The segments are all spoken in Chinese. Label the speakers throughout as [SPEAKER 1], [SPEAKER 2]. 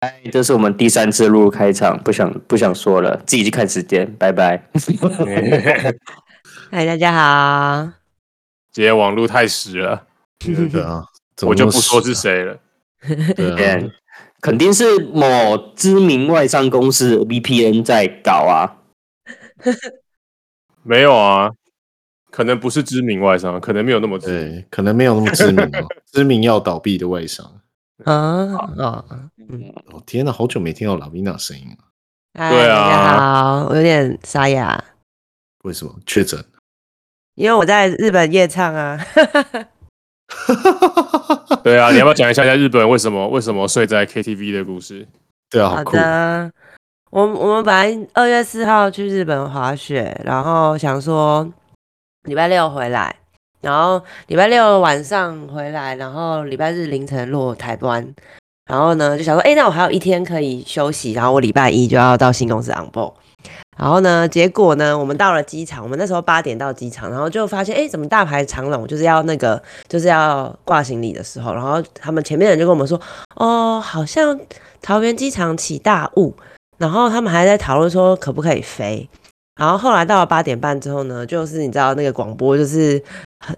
[SPEAKER 1] 哎，这是我们第三次录开场，不想不想说了，自己去看时间，拜拜。
[SPEAKER 2] 嗨，大家好，
[SPEAKER 3] 今天网络太屎了，
[SPEAKER 4] 对的啊，怎么
[SPEAKER 3] 我就不
[SPEAKER 4] 那么
[SPEAKER 3] 说是
[SPEAKER 4] 屎
[SPEAKER 3] 谁了。
[SPEAKER 4] 啊。 对啊
[SPEAKER 1] Yeah，肯定是某知名外商公司 VPN 在搞啊。
[SPEAKER 3] 没有啊，可能不是知名外商，可能没有那么知名。
[SPEAKER 4] 对，可能没有那么知名哦，知名要倒闭的外商。
[SPEAKER 2] 啊哦，
[SPEAKER 4] 哦天哪，好久没听到拉米娜声音了，
[SPEAKER 2] 嗨，
[SPEAKER 3] 对
[SPEAKER 2] 大
[SPEAKER 3] 啊
[SPEAKER 2] 家好，我有点沙哑，
[SPEAKER 4] 为什么确诊？
[SPEAKER 2] 因为我在日本夜唱啊，
[SPEAKER 3] 对啊，你要不要讲一下在日本为什么为什么睡在 KTV 的故事？
[SPEAKER 4] 对啊，
[SPEAKER 2] 好
[SPEAKER 4] 好酷。
[SPEAKER 2] 的，我我们本来二月四号去日本滑雪，然后想说礼拜六回来，然后礼拜六晚上回来，然后礼拜日凌晨落台湾，然后呢就想说，哎、那我还有一天可以休息，然后我礼拜一就要到新公司 on board。然后呢，结果呢，我们到了机场，我们那时候八点到机场，然后就发现，哎，怎么大排长龙？就是要那个，就是要挂行李的时候，然后他们前面的人就跟我们说，哦，好像桃园机场起大雾，然后他们还在讨论说可不可以飞。然后后来到了八点半之后呢，就是你知道那个广播就是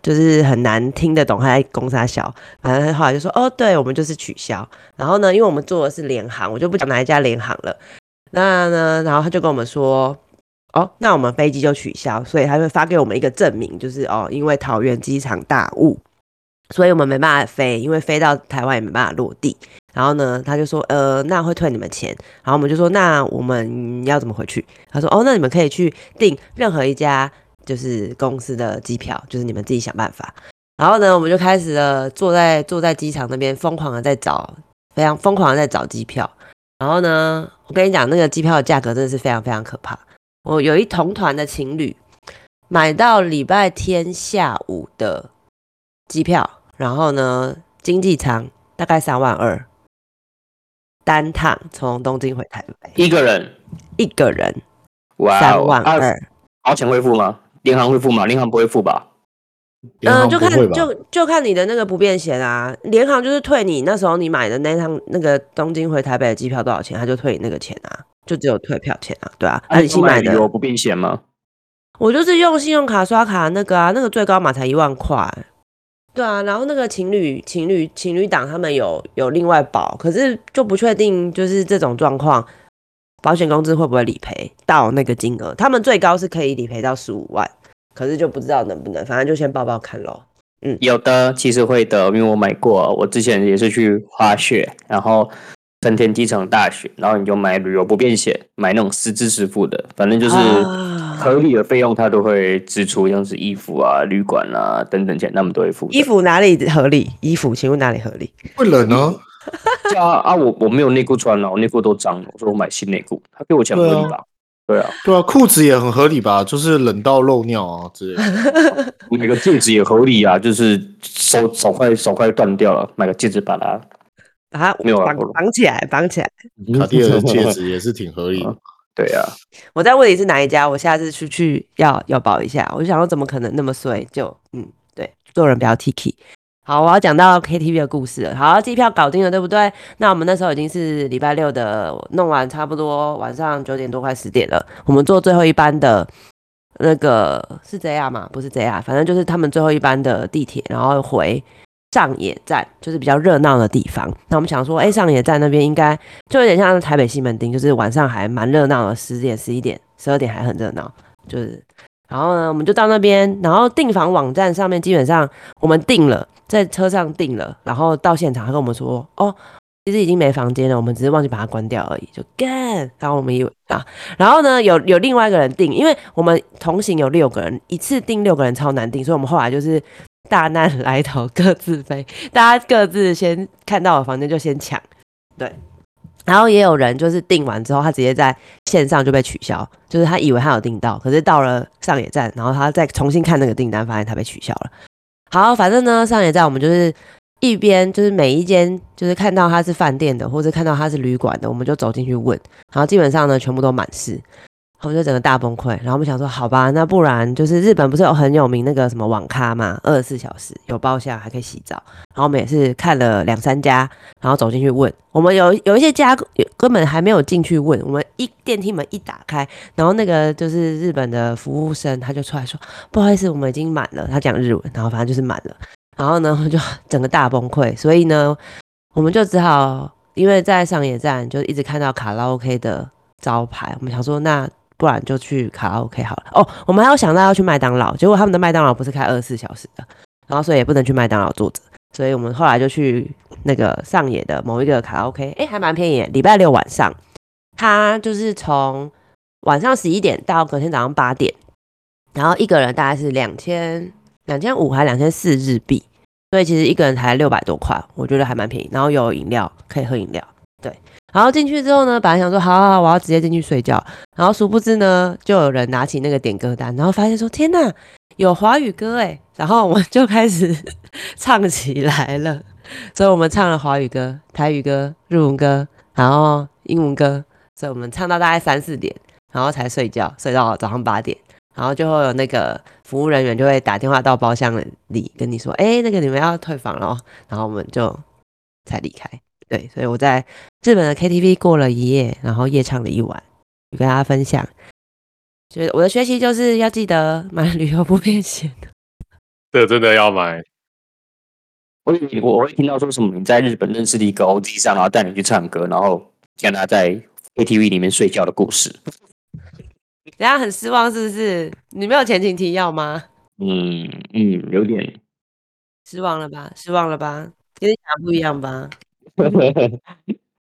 [SPEAKER 2] 就是很难听得懂，还在公差小，反正后来就说哦，对我们就是取消。然后呢，因为我们坐的是联航，我就不讲哪一家联航了。那呢，然后他就跟我们说。哦，那我们飞机就取消，所以他会发给我们一个证明，就是哦，因为桃园机场大雾，所以我们没办法飞，因为飞到台湾也没办法落地。然后呢，他就说，呃，那会退你们钱。然后我们就说，那我们要怎么回去？他说，哦，那你们可以去订任何一家就是公司的机票，就是你们自己想办法。然后呢，我们就开始了坐在坐在机场那边疯狂的在找，非常疯狂的在找机票。然后呢，我跟你讲，那个机票的价格真的是非常非常可怕。我有一同团的情侣买到礼拜天下午的机票，然后呢，经济舱大概三万二，单趟从东京回台北，
[SPEAKER 1] 一个人，
[SPEAKER 2] 一个人
[SPEAKER 1] 哇、哦，
[SPEAKER 2] 三万
[SPEAKER 1] 啊
[SPEAKER 2] 二。
[SPEAKER 1] 保险会付吗？银行会付吗？银行不会付吧？
[SPEAKER 4] 银
[SPEAKER 2] 嗯，
[SPEAKER 4] 行
[SPEAKER 2] 就
[SPEAKER 4] 不
[SPEAKER 2] 看
[SPEAKER 4] 会吧
[SPEAKER 2] 就就看你的那个不便险啊，联航就是退你那时候你买的那趟那个东京回台北的机票多少钱，他就退你那个钱啊，就只有退票钱啊，对啊，那你新买的
[SPEAKER 1] 有不避险吗？
[SPEAKER 2] 我就是用信用卡刷卡那个啊，那个最高码才一万块。对啊，然后那个情侣情侣情侣档他们有有另外保，可是就不确定就是这种状况，保险公司会不会理赔到那个金额？他们最高是可以理赔到十五万，可是就不知道能不能，反正就先报报看喽。
[SPEAKER 1] 有的，其实会的，因为我买过。我之前也是去滑雪，然后成田机场大雪，然后你就买旅游不便险，买那种实支实付的，反正就是
[SPEAKER 2] 啊
[SPEAKER 1] 合理的费用，它都会支出，像是衣服啊、旅馆啊等等钱，他们都会付的。
[SPEAKER 2] 衣服哪里合理？衣服请问哪里合理？
[SPEAKER 4] 会冷啊，
[SPEAKER 1] 对啊啊，我我没有内裤穿了，我内裤都脏了，我说我买新内裤，他给我钱不
[SPEAKER 4] 对啊
[SPEAKER 1] 会吧？对啊，
[SPEAKER 4] 对啊，裤子也很合理吧，就是冷到漏尿啊之类的。
[SPEAKER 1] 买个戒指也合理啊，就是手手快手快断掉了，买个戒指把它
[SPEAKER 2] 把它
[SPEAKER 1] 没有啊
[SPEAKER 2] 绑
[SPEAKER 1] 我
[SPEAKER 2] 绑起来，绑起来。
[SPEAKER 4] 卡地尔的戒。指也是挺合理的。
[SPEAKER 1] 对啊，
[SPEAKER 2] 我再问你是哪一家，我下次出去要要保一下。我就想说，怎么可能那么衰？就嗯，对，做人不要 Tiki。好，我要讲到 KTV 的故事了。好，机票搞定了，对不对？那我们那时候已经是礼拜六的，弄完差不多晚上九点多快十点了。我们坐最后一班的那个是 JR 嘛？不是 JR，反正就是他们最后一班的地铁，然后回上野站，就是比较热闹的地方。那我们想说，哎、上野站那边应该就有点像台北西门町，就是晚上还蛮热闹的，十点、十一点、十二点还很热闹。就是，然后呢，我们就到那边，然后订房网站上面基本上我们订了，在车上订了，然后到现场他跟我们说，哦，其实已经没房间了，我们只是忘记把它关掉而已，就干。然后我们以为啊，然后呢，有有另外一个人订，因为我们同行有六个人，一次订六个人超难订，所以我们后来就是大难来头各自飞，大家各自先看到我房间就先抢，对。然后也有人就是订完之后，他直接在线上就被取消，就是他以为他有订到，可是到了上野站，然后他再重新看那个订单，发现他被取消了。好，反正呢，上野站我们就是一边就是每一间就是看到它是饭店的，或者看到它是旅馆的，我们就走进去问，然后基本上呢全部都满是，我们就整个大崩溃。然后我们想说，好吧，那不然就是日本不是有很有名那个什么网咖嘛，二十四小时有包厢，还可以洗澡。然后我们也是看了两三家，然后走进去问。我们有有一些家有根本还没有进去问，我们一电梯门一打开，然后那个就是日本的服务生他就出来说，不好意思，我们已经满了。他讲日文，然后反正就是满了。然后呢，我就整个大崩溃，所以呢，我们就只好因为在上野站就一直看到卡拉 OK 的招牌，我们想说那不然就去卡拉 OK 好了。哦，我们还有想到要去麦当劳，结果他们的麦当劳不是开二十四小时的，然后所以也不能去麦当劳坐着，所以我们后来就去那个上野的某一个卡拉 OK，哎，还蛮便宜的，礼拜六晚上，它就是从晚上十一点到隔天早上八点，然后一个人大概是两千两千五还两千四日币，所以其实一个人才六百多块，我觉得还蛮便宜。然后有饮料可以喝饮料，对。然后进去之后呢，本来想说好好好，我要直接进去睡觉。然后殊不知呢，就有人拿起那个点歌单，然后发现说天呐，有华语歌哎！然后我们就开始 唱起来了。所以我们唱了华语歌、台语歌、日文歌，然后英文歌，所以我们唱到大概三四点，然后才睡觉，睡到早上八点。然后就会有那个服务人员就会打电话到包厢里跟你说，哎，那个你们要退房了哦，然后我们就才离开。对，所以我在日本的 KTV 过了一夜，然后夜唱了一晚，与跟大家分享。就是我的学习就是要记得买旅游不便险。
[SPEAKER 3] 这个真的要买。
[SPEAKER 1] 我以为我会听到说什么你在日本认识的一个 OG 上，然后带你去唱歌，然后跟他在 KTV 里面睡觉的故事。
[SPEAKER 2] 等一下很失望是不是？你没有前情提要吗？
[SPEAKER 1] 嗯嗯，有点。
[SPEAKER 2] 失望了吧？失望了吧？跟你想的不一样吧？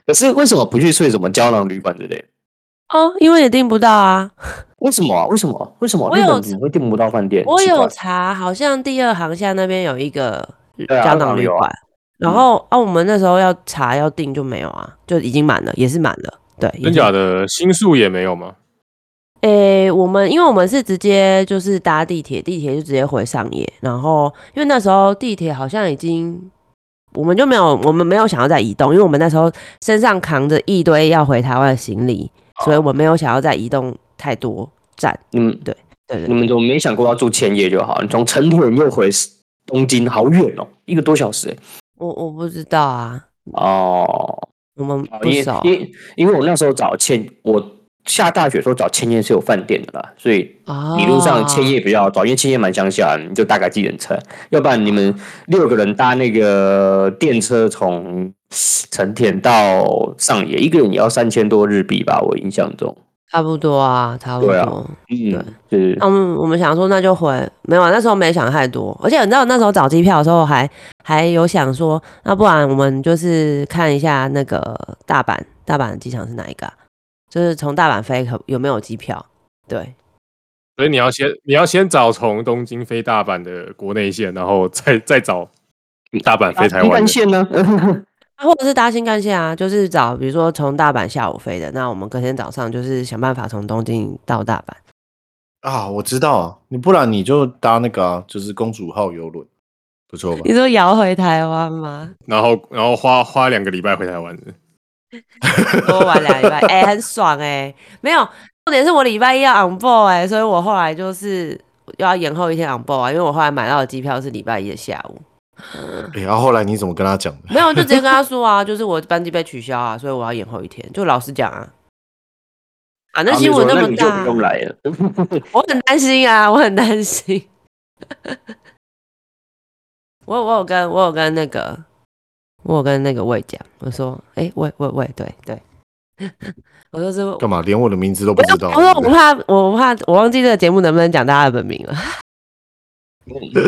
[SPEAKER 1] 可是为什么不去睡什么胶囊旅馆之类的？
[SPEAKER 2] 哦，因为也订不到啊。
[SPEAKER 1] 为什么啊？为什么？为什么？
[SPEAKER 2] 我
[SPEAKER 1] 日
[SPEAKER 2] 有
[SPEAKER 1] 本怎么会订不到饭店？
[SPEAKER 2] 我
[SPEAKER 1] 奇怪
[SPEAKER 2] 有查，好像第二航厦那边有一个
[SPEAKER 1] 啊
[SPEAKER 2] 胶囊旅
[SPEAKER 1] 有啊
[SPEAKER 2] 馆，然后啊，我们那时候要查要订就没有啊，就已经满了，也是满了。对，也
[SPEAKER 3] 真
[SPEAKER 2] 是
[SPEAKER 3] 假的新宿也没有吗？
[SPEAKER 2] 诶、我们因为我们是直接就是搭地铁，地铁就直接回上野，然后因为那时候地铁好像已经，我们就没有我们没有想要再移动，因为我们那时候身上扛着一堆要回台湾的行李，所以我没有想要再移动太多站。
[SPEAKER 1] 啊你们
[SPEAKER 2] 对对
[SPEAKER 1] 你们怎么没想过要住千叶就好？你从成田又回东京，好远哦，一个多小时欸
[SPEAKER 2] 我我不知道啊，
[SPEAKER 1] 哦，
[SPEAKER 2] 我们
[SPEAKER 1] 哦
[SPEAKER 2] 不
[SPEAKER 1] 因为
[SPEAKER 2] 熟
[SPEAKER 1] 因为因为我那时候找千，我下大学的时候找千叶是有饭店的啦，所以
[SPEAKER 2] 啊
[SPEAKER 1] 理论上千叶比较早，因为千叶蛮乡下，你就大概计程车。要不然你们六个人搭那个电车从成田到上野，一个人也要三千多日币吧，我印象中。
[SPEAKER 2] 差不多啊，差不
[SPEAKER 1] 对啊
[SPEAKER 2] 多。
[SPEAKER 1] 嗯，就是
[SPEAKER 2] 那我们我们想说那就回，没有啊，那时候没想太多，而且你知道那时候找机票的时候还还有想说，那不然我们就是看一下那个大阪，大阪的机场是哪一个啊、就是从大阪飞可有没有机票？对，
[SPEAKER 3] 所以你要先你要先找从东京飞大阪的国内线，然后再再找大阪飞台湾
[SPEAKER 1] 干
[SPEAKER 3] 的。
[SPEAKER 1] 啊线呢？
[SPEAKER 2] 啊或者是搭新干线啊，就是找比如说从大阪下午飞的，那我们隔天早上就是想办法从东京到大阪。
[SPEAKER 4] 啊，我知道，你不然你就搭那个啊、就是公主号游轮，不错吧？
[SPEAKER 2] 你说摇回台湾吗？
[SPEAKER 3] 然后然后花花两个礼拜回台湾的。
[SPEAKER 2] 多玩两 礼拜，哎、很爽哎、没有，重点是我礼拜一要 on board 哎、所以我后来就是要延后一天 on board 啊，因为我后来买到的机票是礼拜一的下午，
[SPEAKER 4] 哎然后后来你怎么跟他讲的？
[SPEAKER 2] 没有，我就直接跟他 说啊，就是我班机被取消啊，所以我要延后一天，就老实讲啊。反正新闻
[SPEAKER 1] 那
[SPEAKER 2] 么
[SPEAKER 1] 啊你就
[SPEAKER 2] 大
[SPEAKER 1] 不，用来 了。
[SPEAKER 2] 我很担心啊， 我很担心。我有我有跟我有跟那个，我有跟那个魏讲，我说，哎、魏魏魏，对对， 我说是
[SPEAKER 4] 干嘛？连我的名字都不
[SPEAKER 2] 不
[SPEAKER 4] 知
[SPEAKER 2] 要，
[SPEAKER 4] 道？
[SPEAKER 2] 我说我怕，我怕我忘记这个节目能不能讲大家的本名了。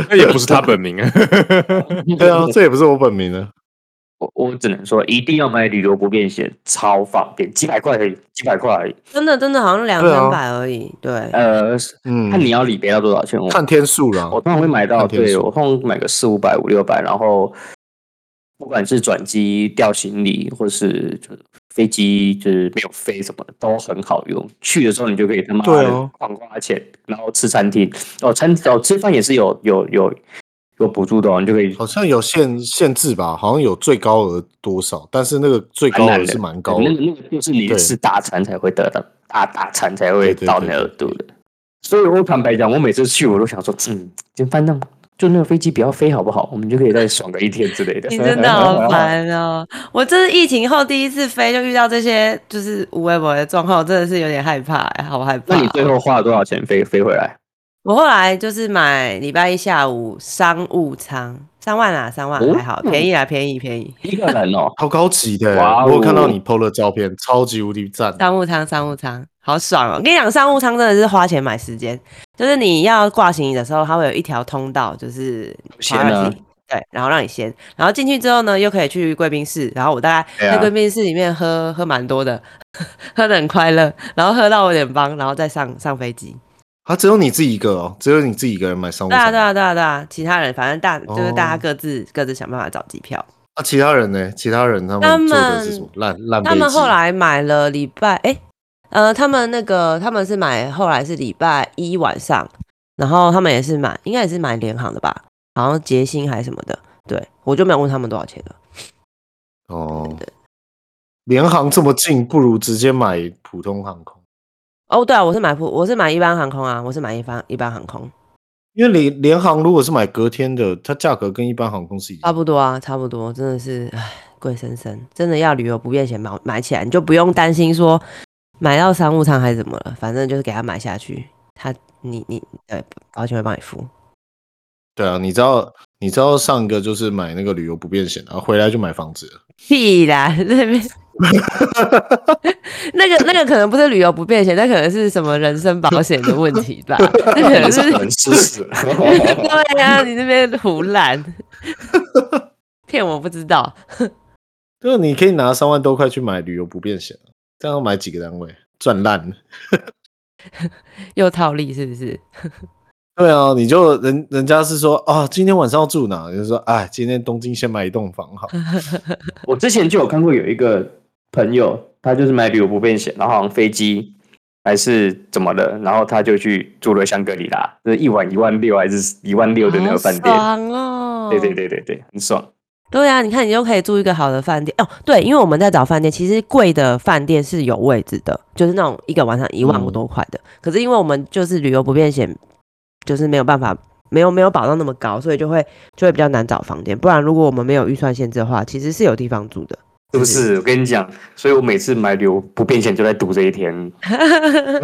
[SPEAKER 3] 那也不是他本名啊，
[SPEAKER 4] 对啊，这也不是我本名啊。
[SPEAKER 1] 我我只能说一定要买旅游不便险，超方便，几百块而已，几百块而已。
[SPEAKER 2] 真的真的好像两
[SPEAKER 4] 对啊
[SPEAKER 2] 三百而已，对，
[SPEAKER 1] 呃，
[SPEAKER 4] 嗯，
[SPEAKER 1] 看你要理赔到多少钱，我
[SPEAKER 4] 看天数啦，
[SPEAKER 1] 我通常会买到，
[SPEAKER 4] 看天
[SPEAKER 1] 对
[SPEAKER 4] 数
[SPEAKER 1] 我通常买个四五百、五六百，然后不管是转机、吊行李，或是就是飞机就是没有飞什么的，都很好用。去的时候你就可以他妈
[SPEAKER 4] 对啊
[SPEAKER 1] 的狂花钱，然后吃餐厅哦，餐哦吃饭也是有有有有补助的、哦，你就可以
[SPEAKER 4] 好像有限限制吧，好像有最高额多少，但是那个最
[SPEAKER 1] 蛮
[SPEAKER 4] 高
[SPEAKER 1] 难
[SPEAKER 4] 额
[SPEAKER 1] 的，
[SPEAKER 4] 是蛮高
[SPEAKER 1] 那
[SPEAKER 4] 的。
[SPEAKER 1] 个那个就是你
[SPEAKER 4] 对
[SPEAKER 1] 吃大餐才会得到大大餐才
[SPEAKER 4] 对
[SPEAKER 1] 会
[SPEAKER 4] 对
[SPEAKER 1] 到
[SPEAKER 4] 对
[SPEAKER 1] 那个
[SPEAKER 4] 对，
[SPEAKER 1] 额度的。所以我坦白讲，我每次去我都想说，嗯，就反正就那个飞机不要飞好不好？我们就可以再爽个一天之类的。
[SPEAKER 2] 你真 的好烦哦！我这是疫情后第一次飞，就遇到这些就是无微博的状况，我真的是有点害怕、好害怕
[SPEAKER 1] 那。你最后花了多少钱飞飞回来？
[SPEAKER 2] 我后来就是买礼拜一下午商务舱，三万啦，三万
[SPEAKER 1] 哦
[SPEAKER 2] 还好，便宜啦，便宜便宜。
[SPEAKER 1] 一个人哦
[SPEAKER 4] 超高级的、欸
[SPEAKER 1] 哇哦
[SPEAKER 4] 我有看到你 PO 的照片，超级无敌赞。
[SPEAKER 2] 商务舱，商务舱，好爽哦！我跟你讲，商务舱真的是花钱买时间，就是你要挂行李的时候，它会有一条通道，就是
[SPEAKER 1] 先
[SPEAKER 2] 让
[SPEAKER 1] 啊
[SPEAKER 2] 你对，然后让你先，然后进去之后呢，又可以去贵宾室，然后我大
[SPEAKER 1] 对
[SPEAKER 2] 概
[SPEAKER 1] 啊
[SPEAKER 2] 在贵宾室里面喝、喝蛮多的， 喝的很快乐，然后喝到我脸帮，然后再上上飞机。
[SPEAKER 4] 啊，只有你自己一个哦，只有你自己一个人买商务
[SPEAKER 2] 对啊，
[SPEAKER 4] 舱。
[SPEAKER 2] 对啊，对啊，对啊，其他人反正大就是大家
[SPEAKER 4] 哦
[SPEAKER 2] 各自、各自想办法找机票。
[SPEAKER 4] 啊，其他人呢？其他人他
[SPEAKER 2] 他
[SPEAKER 4] 们坐的是
[SPEAKER 2] 们
[SPEAKER 4] 什么烂烂飞
[SPEAKER 2] 他
[SPEAKER 4] 机？
[SPEAKER 2] 们后来买了礼拜哎、呃，他们那个他们是买后来是礼拜一晚上，然后他们也是买，应该也是买联航的吧，好像捷星还是什么的。对，我就没有问他们多少钱了。
[SPEAKER 4] 哦
[SPEAKER 2] 对，
[SPEAKER 4] 联航这么近，不如直接买普通航空，
[SPEAKER 2] 哦，对啊，我是买普，我是买一般航空啊，我是买一般一般航空，
[SPEAKER 4] 因为联联航如果是买隔天的，它价格跟一般航空是一
[SPEAKER 2] 差
[SPEAKER 4] 样。
[SPEAKER 2] 不多啊，差不多，真的是唉，贵生生，真的要旅游不便险买买起来，你就不用担心说买到商务舱还是怎么了，反正就是给他买下去，他你你对保险会帮你付。
[SPEAKER 4] 对啊，你知道，你知道上一个就是买那个旅游不便险，然后回来就买房子了。
[SPEAKER 2] 屁啦，那边那个那个可能不是旅游不便险，那可能是什么人身保险的问题 吧？那可能
[SPEAKER 1] 你是
[SPEAKER 2] 是
[SPEAKER 1] 很吃屎了。
[SPEAKER 2] 对啊，你那边 胡乱骗我不知道，
[SPEAKER 4] 就是啊你可以拿三万多块去买旅游不便险，啊这样要买几个单位，赚烂了。
[SPEAKER 2] 又套利是不是？
[SPEAKER 4] 对啊，你就人人家是说啊，今天晚上要住哪？就是说，哎，今天东京先买一栋房好。
[SPEAKER 1] 我之前就有看过有一个朋友，他就是买旅游不便险，然后好像飞机还是怎么的，然后他就去住了香格里拉，就是一晚一万六还是一万六的那个饭店。
[SPEAKER 2] 好爽哦！
[SPEAKER 1] 对对对对对，很爽。
[SPEAKER 2] 对啊，你看你就可以住一个好的饭店哦。对，因为我们在找饭店，其实贵的饭店是有位置的，就是那种一个晚上一万
[SPEAKER 4] 嗯
[SPEAKER 2] 多块的。可是因为我们就是旅游不便险，就是没有办法，没有没有保到那么高，所以就会就会比较难找房间。不然如果我们没有预算限制的话，其实是有地方住的。
[SPEAKER 1] 是不是？我跟你讲，所以我每次买流不变现就在赌这一天。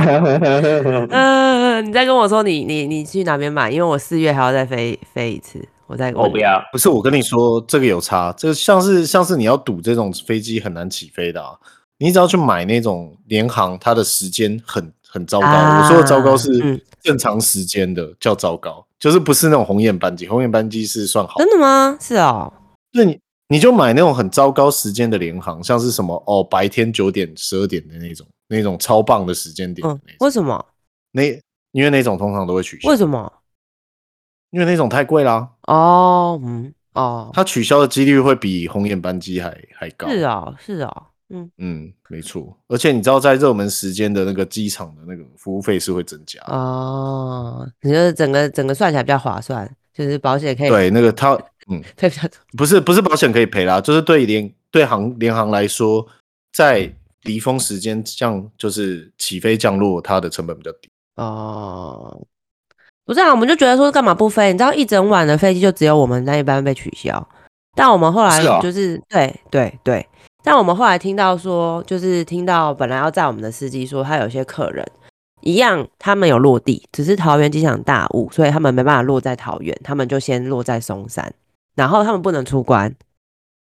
[SPEAKER 2] 嗯、你在跟我说你你你去哪边买？因为我四月还要再飞飞一次，我再
[SPEAKER 1] 哦我不要，
[SPEAKER 4] 不是，我跟你说，这个有差，这个像是像是你要赌这种飞机很难起飞的、啊，你只要去买那种联航，它的时间很很糟糕。
[SPEAKER 2] 啊
[SPEAKER 4] 我说的糟糕是
[SPEAKER 2] 嗯
[SPEAKER 4] 正常时间的、叫糟糕，就是不是那种红眼班机，红眼班机是算好的
[SPEAKER 2] 真。的吗？是哦，
[SPEAKER 4] 那你你就买那种很糟糕时间的联航，像是什么哦，白天九点、十二点的那种，那种超棒的时间点的
[SPEAKER 2] 嗯
[SPEAKER 4] 那，种。
[SPEAKER 2] 为什么？
[SPEAKER 4] 那因为那种通常都会取消
[SPEAKER 2] 为，什么？
[SPEAKER 4] 因为那种太贵啦，
[SPEAKER 2] 哦，嗯，哦，
[SPEAKER 4] 它取消的几率会比红眼班机还还高。
[SPEAKER 2] 是哦，是哦，嗯。
[SPEAKER 4] 嗯，没错。而且你知道，在热门时间的那个机场的那个服务费是会增加的。
[SPEAKER 2] 哦，你就是整个整个算起来比较划算，就是保险可以
[SPEAKER 4] 对，那个它，嗯，
[SPEAKER 2] 退比较多。
[SPEAKER 4] 不是不是保险可以赔啦，就是对联对航联航来说，在离峰时间降就是起飞降落，它的成本比较低。
[SPEAKER 2] 哦，不是啊，我们就觉得说干嘛不飞？你知道一整晚的飞机就只有我们那一班被取消，但我们后来
[SPEAKER 1] 是哦
[SPEAKER 2] 就是对对对，但我们后来听到说，就是听到本来要载我们的司机说，他有些客人一样，他们有落地，只是桃园机场大雾，所以他们没办法落在桃园，他们就先落在松山，然后他们不能出关，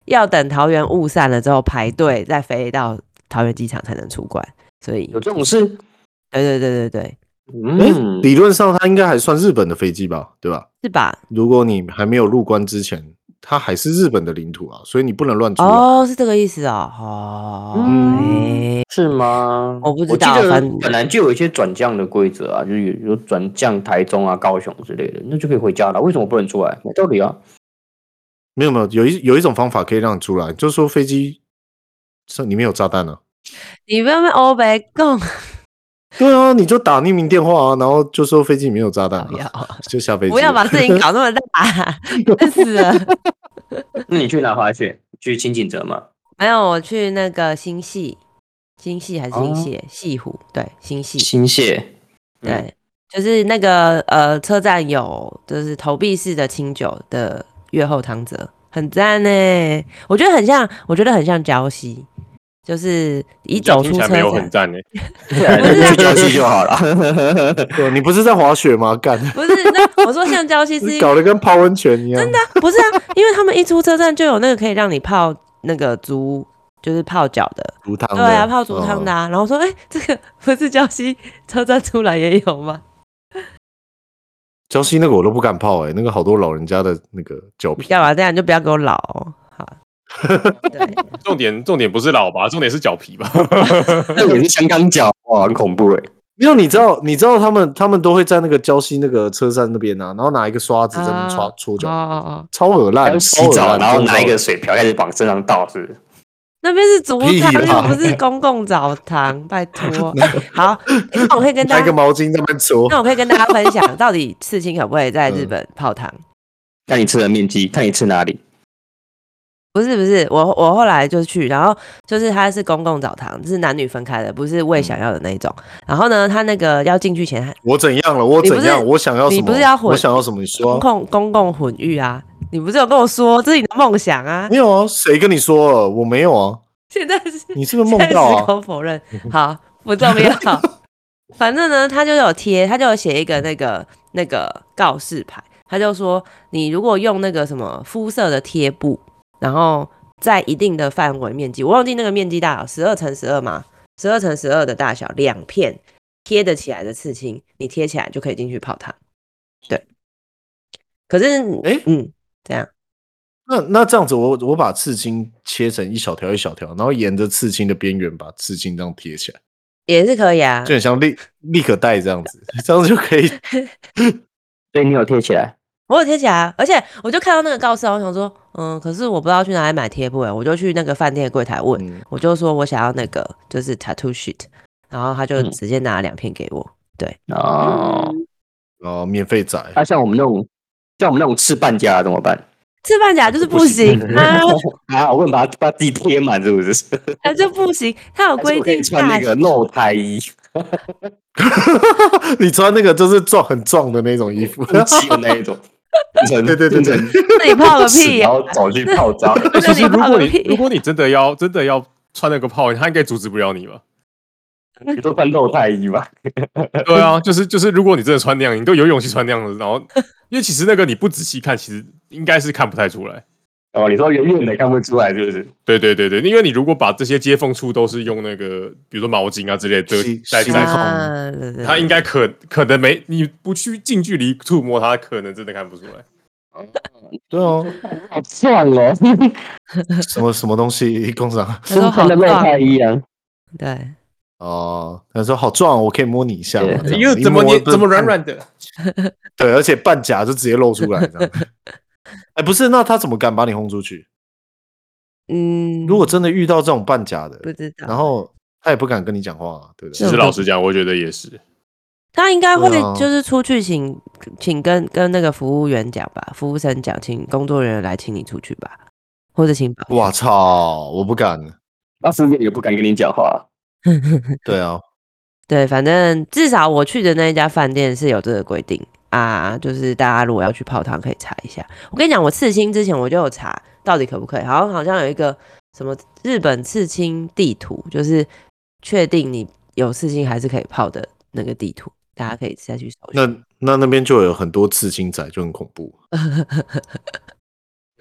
[SPEAKER 2] 要等桃园雾散了之后排队再飞到桃园机场才能出关。所以，
[SPEAKER 1] 有这种事？
[SPEAKER 2] 对对对对对，
[SPEAKER 4] 哎、
[SPEAKER 1] 嗯，
[SPEAKER 4] 理论上它应该还算日本的飞机吧，对吧？
[SPEAKER 2] 是吧？
[SPEAKER 4] 如果你还没有入关之前，它还是日本的领土啊，所以你不能乱出来。
[SPEAKER 2] 哦，是这个意思啊、哦。哦，
[SPEAKER 1] 嗯是吗？
[SPEAKER 2] 我不知
[SPEAKER 1] 我记
[SPEAKER 2] 道反
[SPEAKER 1] 得
[SPEAKER 2] 正
[SPEAKER 1] 本来就有一些转降的规则啊，就是有有转降台中啊、高雄之类的，那就可以回家了。为什么不能出来？没道理啊。
[SPEAKER 4] 没有没有，有一有一种方法可以让你出来，就是说飞机上里面有炸弹啊。
[SPEAKER 2] 你不要被欧北 共
[SPEAKER 4] 对啊，你就打匿名电话啊，然后就说飞机里面有炸弹、
[SPEAKER 2] 不
[SPEAKER 4] 啊，
[SPEAKER 2] 要，
[SPEAKER 4] 就下飞
[SPEAKER 2] 哎
[SPEAKER 4] 机。
[SPEAKER 2] 不要把事情搞那么大， 真是的。
[SPEAKER 1] 那你去哪滑雪？去清景泽吗？
[SPEAKER 2] 没有，我去那个新系，新系还是新
[SPEAKER 1] 哦
[SPEAKER 2] 泻？西湖对，新系。
[SPEAKER 1] 新泻。嗯
[SPEAKER 2] 对，就是那个呃，车站有就是投币式的清酒的月后汤泽，很赞呢。我觉得很像，我觉得很像礁溪，就是一走
[SPEAKER 3] 听
[SPEAKER 2] 出
[SPEAKER 3] 起
[SPEAKER 2] 车
[SPEAKER 3] 来没有很
[SPEAKER 2] 站，
[SPEAKER 3] 赞呢。欸
[SPEAKER 2] 是啊
[SPEAKER 1] 去郊区就好了。
[SPEAKER 4] 对你不是在滑雪吗？干，
[SPEAKER 2] 不是？那我说像礁溪是
[SPEAKER 4] 你
[SPEAKER 2] 因
[SPEAKER 4] 搞得跟泡温泉一样。真的，
[SPEAKER 2] 不是啊？因为他们一出车站就有那个可以让你泡那个足，就是泡脚的，
[SPEAKER 4] 竹汤
[SPEAKER 2] 对
[SPEAKER 4] 的
[SPEAKER 2] 啊，泡足汤的、
[SPEAKER 4] 嗯
[SPEAKER 2] 啊。然后说，哎、这个不是礁溪车站出来也有吗？
[SPEAKER 4] 礁溪那个我都不敢泡哎、那个好多老人家的那个脚
[SPEAKER 2] 你
[SPEAKER 4] 皮。
[SPEAKER 2] 干嘛这样？你就不要给我老哦、 好，对。
[SPEAKER 3] 重点重点不是老吧，重点是脚皮吧。
[SPEAKER 1] 那我是香港脚，哇，很恐怖哎、
[SPEAKER 4] 没有，你知道，你知道他们他们都会在那个礁溪那个车站那边啊，然后拿一个刷子在那边
[SPEAKER 2] 啊
[SPEAKER 4] 戳戳
[SPEAKER 2] 哦
[SPEAKER 4] 脚，
[SPEAKER 2] 哦哦，
[SPEAKER 4] 超恶烂，
[SPEAKER 1] 刚
[SPEAKER 4] 超
[SPEAKER 1] 洗
[SPEAKER 4] 恶
[SPEAKER 1] 澡，
[SPEAKER 4] 烂。
[SPEAKER 1] 然后
[SPEAKER 4] 真的
[SPEAKER 1] 拿一
[SPEAKER 4] 超恶
[SPEAKER 1] 个
[SPEAKER 4] 烂
[SPEAKER 1] 水瓢开始往身上倒，是不是？
[SPEAKER 2] 那边是足
[SPEAKER 4] 屁啊
[SPEAKER 2] 汤，又
[SPEAKER 4] 啦
[SPEAKER 2] 不是公共澡 堂，拜托。好，诶那我可以跟大
[SPEAKER 4] 拿一个
[SPEAKER 2] 家，
[SPEAKER 4] 毛巾在那边搓
[SPEAKER 2] 啊那，我可以跟大家分 享，到底刺青可不可以在日
[SPEAKER 4] 嗯
[SPEAKER 2] 本泡汤？
[SPEAKER 1] 看你吃的面积，看你吃哪里。
[SPEAKER 2] 不是不是，我我后来就去，然后就是它是公共澡堂，是男女分开的，不是为想要的那一种。然后呢，它那个要进去前，
[SPEAKER 4] 我怎样了？我
[SPEAKER 2] 你不
[SPEAKER 4] 怎
[SPEAKER 2] 是
[SPEAKER 4] 样？我想要什
[SPEAKER 2] 你
[SPEAKER 4] 么？
[SPEAKER 2] 不是要混
[SPEAKER 4] 我想要什么？你说
[SPEAKER 2] 公
[SPEAKER 4] 啊。
[SPEAKER 2] 共公共混浴啊，你不是有跟我说这是你的梦想啊？
[SPEAKER 4] 没有啊，谁跟你说了？我没有啊，
[SPEAKER 2] 现在是
[SPEAKER 4] 你是不
[SPEAKER 2] 现
[SPEAKER 4] 是梦
[SPEAKER 2] 在矢
[SPEAKER 4] 到啊？
[SPEAKER 2] 口否认，好不重要。 反正呢，他就有贴，他就有写一个那个那个告示牌，他就说你如果用那个什么肤色的贴布，然后在一定的范围面积，我忘记那个面积大小，十二乘十二嘛，十二乘十二的大小，两片贴得起来的刺青，你贴起来就可以进去泡汤。对，可是
[SPEAKER 4] 诶
[SPEAKER 2] 嗯，这样
[SPEAKER 4] 那那这样子我，我把刺青切成一小条一小条，然后沿着刺青的边缘把刺青这样贴起来，
[SPEAKER 2] 也是可以啊
[SPEAKER 4] 就。很像立立可带这样 子，这样子就可以。
[SPEAKER 1] 所以你有贴起来，
[SPEAKER 2] 我有贴起来啊，而且我就看到那个告示啊，我想说，嗯，可是我不知道去哪里买贴布、欸，我就去那个饭店的柜台问，
[SPEAKER 4] 嗯，
[SPEAKER 2] 我就说我想要那个就是 tattoo sheet，然后他就
[SPEAKER 1] 嗯
[SPEAKER 2] 直接拿了两片给我。
[SPEAKER 1] 哦，
[SPEAKER 4] 哦，免费仔，
[SPEAKER 2] 哎
[SPEAKER 1] 那、像我们那种，像我们那种吃半价的怎么办？
[SPEAKER 2] 刺半甲就是不行啊，
[SPEAKER 1] 啊，我问把它把自己贴满是不是？
[SPEAKER 2] 啊就不行，他有
[SPEAKER 1] 还是
[SPEAKER 2] 规
[SPEAKER 1] 我可以
[SPEAKER 2] 定
[SPEAKER 1] 穿那
[SPEAKER 2] 大小
[SPEAKER 1] 个露胎衣，
[SPEAKER 4] 你穿那个就是壮很壮的那种衣服，
[SPEAKER 1] 不肌的那一种。
[SPEAKER 4] 对对对对
[SPEAKER 2] 那 你泡个
[SPEAKER 1] 然
[SPEAKER 2] 屁呀、
[SPEAKER 1] 后走去泡啊澡。
[SPEAKER 2] 那
[SPEAKER 3] 其实
[SPEAKER 2] 你
[SPEAKER 3] 如
[SPEAKER 2] 泡
[SPEAKER 3] 果
[SPEAKER 2] 个
[SPEAKER 3] 你
[SPEAKER 2] 屁
[SPEAKER 3] 如
[SPEAKER 2] 呀、
[SPEAKER 3] 果你真的要真的要穿那个泡，他应该阻止不了你吧？
[SPEAKER 1] 你都穿露太衣吧？
[SPEAKER 3] 对啊，就是就是，如果你真的穿那样，你都有勇气穿那样子，然后因为其实那个你不仔细看，其实应该是看不太出来。
[SPEAKER 1] 哦，你说远远的看不出来是不是？
[SPEAKER 3] 对对对对，因为你如果把这些接缝处都是用那个，比如说毛巾啊之类的
[SPEAKER 4] 吸
[SPEAKER 3] 来
[SPEAKER 4] 吸
[SPEAKER 3] 来
[SPEAKER 4] 口
[SPEAKER 2] 啊，对对对
[SPEAKER 3] 它应该可可能没你不去近距离触摸它，可能真的看不出来。
[SPEAKER 4] 对哦，
[SPEAKER 1] 好壮 哦，
[SPEAKER 4] 什么什么东西工厂
[SPEAKER 2] 他说好
[SPEAKER 1] 穿的露
[SPEAKER 2] 壮，
[SPEAKER 1] 太衣啊。
[SPEAKER 2] 对，
[SPEAKER 4] 哦，他说好壮，我可以摸你一下吗，
[SPEAKER 1] 对
[SPEAKER 4] 这样
[SPEAKER 3] 因为
[SPEAKER 4] 一
[SPEAKER 3] 怎么
[SPEAKER 4] 摸
[SPEAKER 3] 你
[SPEAKER 4] 就
[SPEAKER 3] 怎么软软的？
[SPEAKER 4] 对，而且半甲就直接露出来这样。 哎，不是，那他怎么敢把你轰出去？
[SPEAKER 2] 嗯，
[SPEAKER 4] 如果真的遇到这种半甲的，
[SPEAKER 2] 不知
[SPEAKER 4] 然
[SPEAKER 2] 道，啊
[SPEAKER 4] 后他也不敢跟你讲话、啊对不
[SPEAKER 3] 其
[SPEAKER 4] 对？
[SPEAKER 3] 实老实讲，我觉得也是。
[SPEAKER 2] 他应该会
[SPEAKER 4] 对啊
[SPEAKER 2] 就是出去请请跟跟那个服务员讲吧，服务生讲，请工作人员来请你出去吧，或者请保全
[SPEAKER 4] 我操，我不敢。
[SPEAKER 1] 那是不是也不敢跟你讲话？啊
[SPEAKER 4] 对啊，
[SPEAKER 2] 对，反正至少我去的那一家饭店是有这个规定啊，就是大家如果要去泡汤可以查一下。我跟你讲，我刺青之前我就有查到底可不可以，好像好像有一个什么日本刺青地图，就是确定你有刺青还是可以泡的那个地图，大家可以再去搜寻。
[SPEAKER 4] 那那那边就有很多刺青仔，就很恐 怖。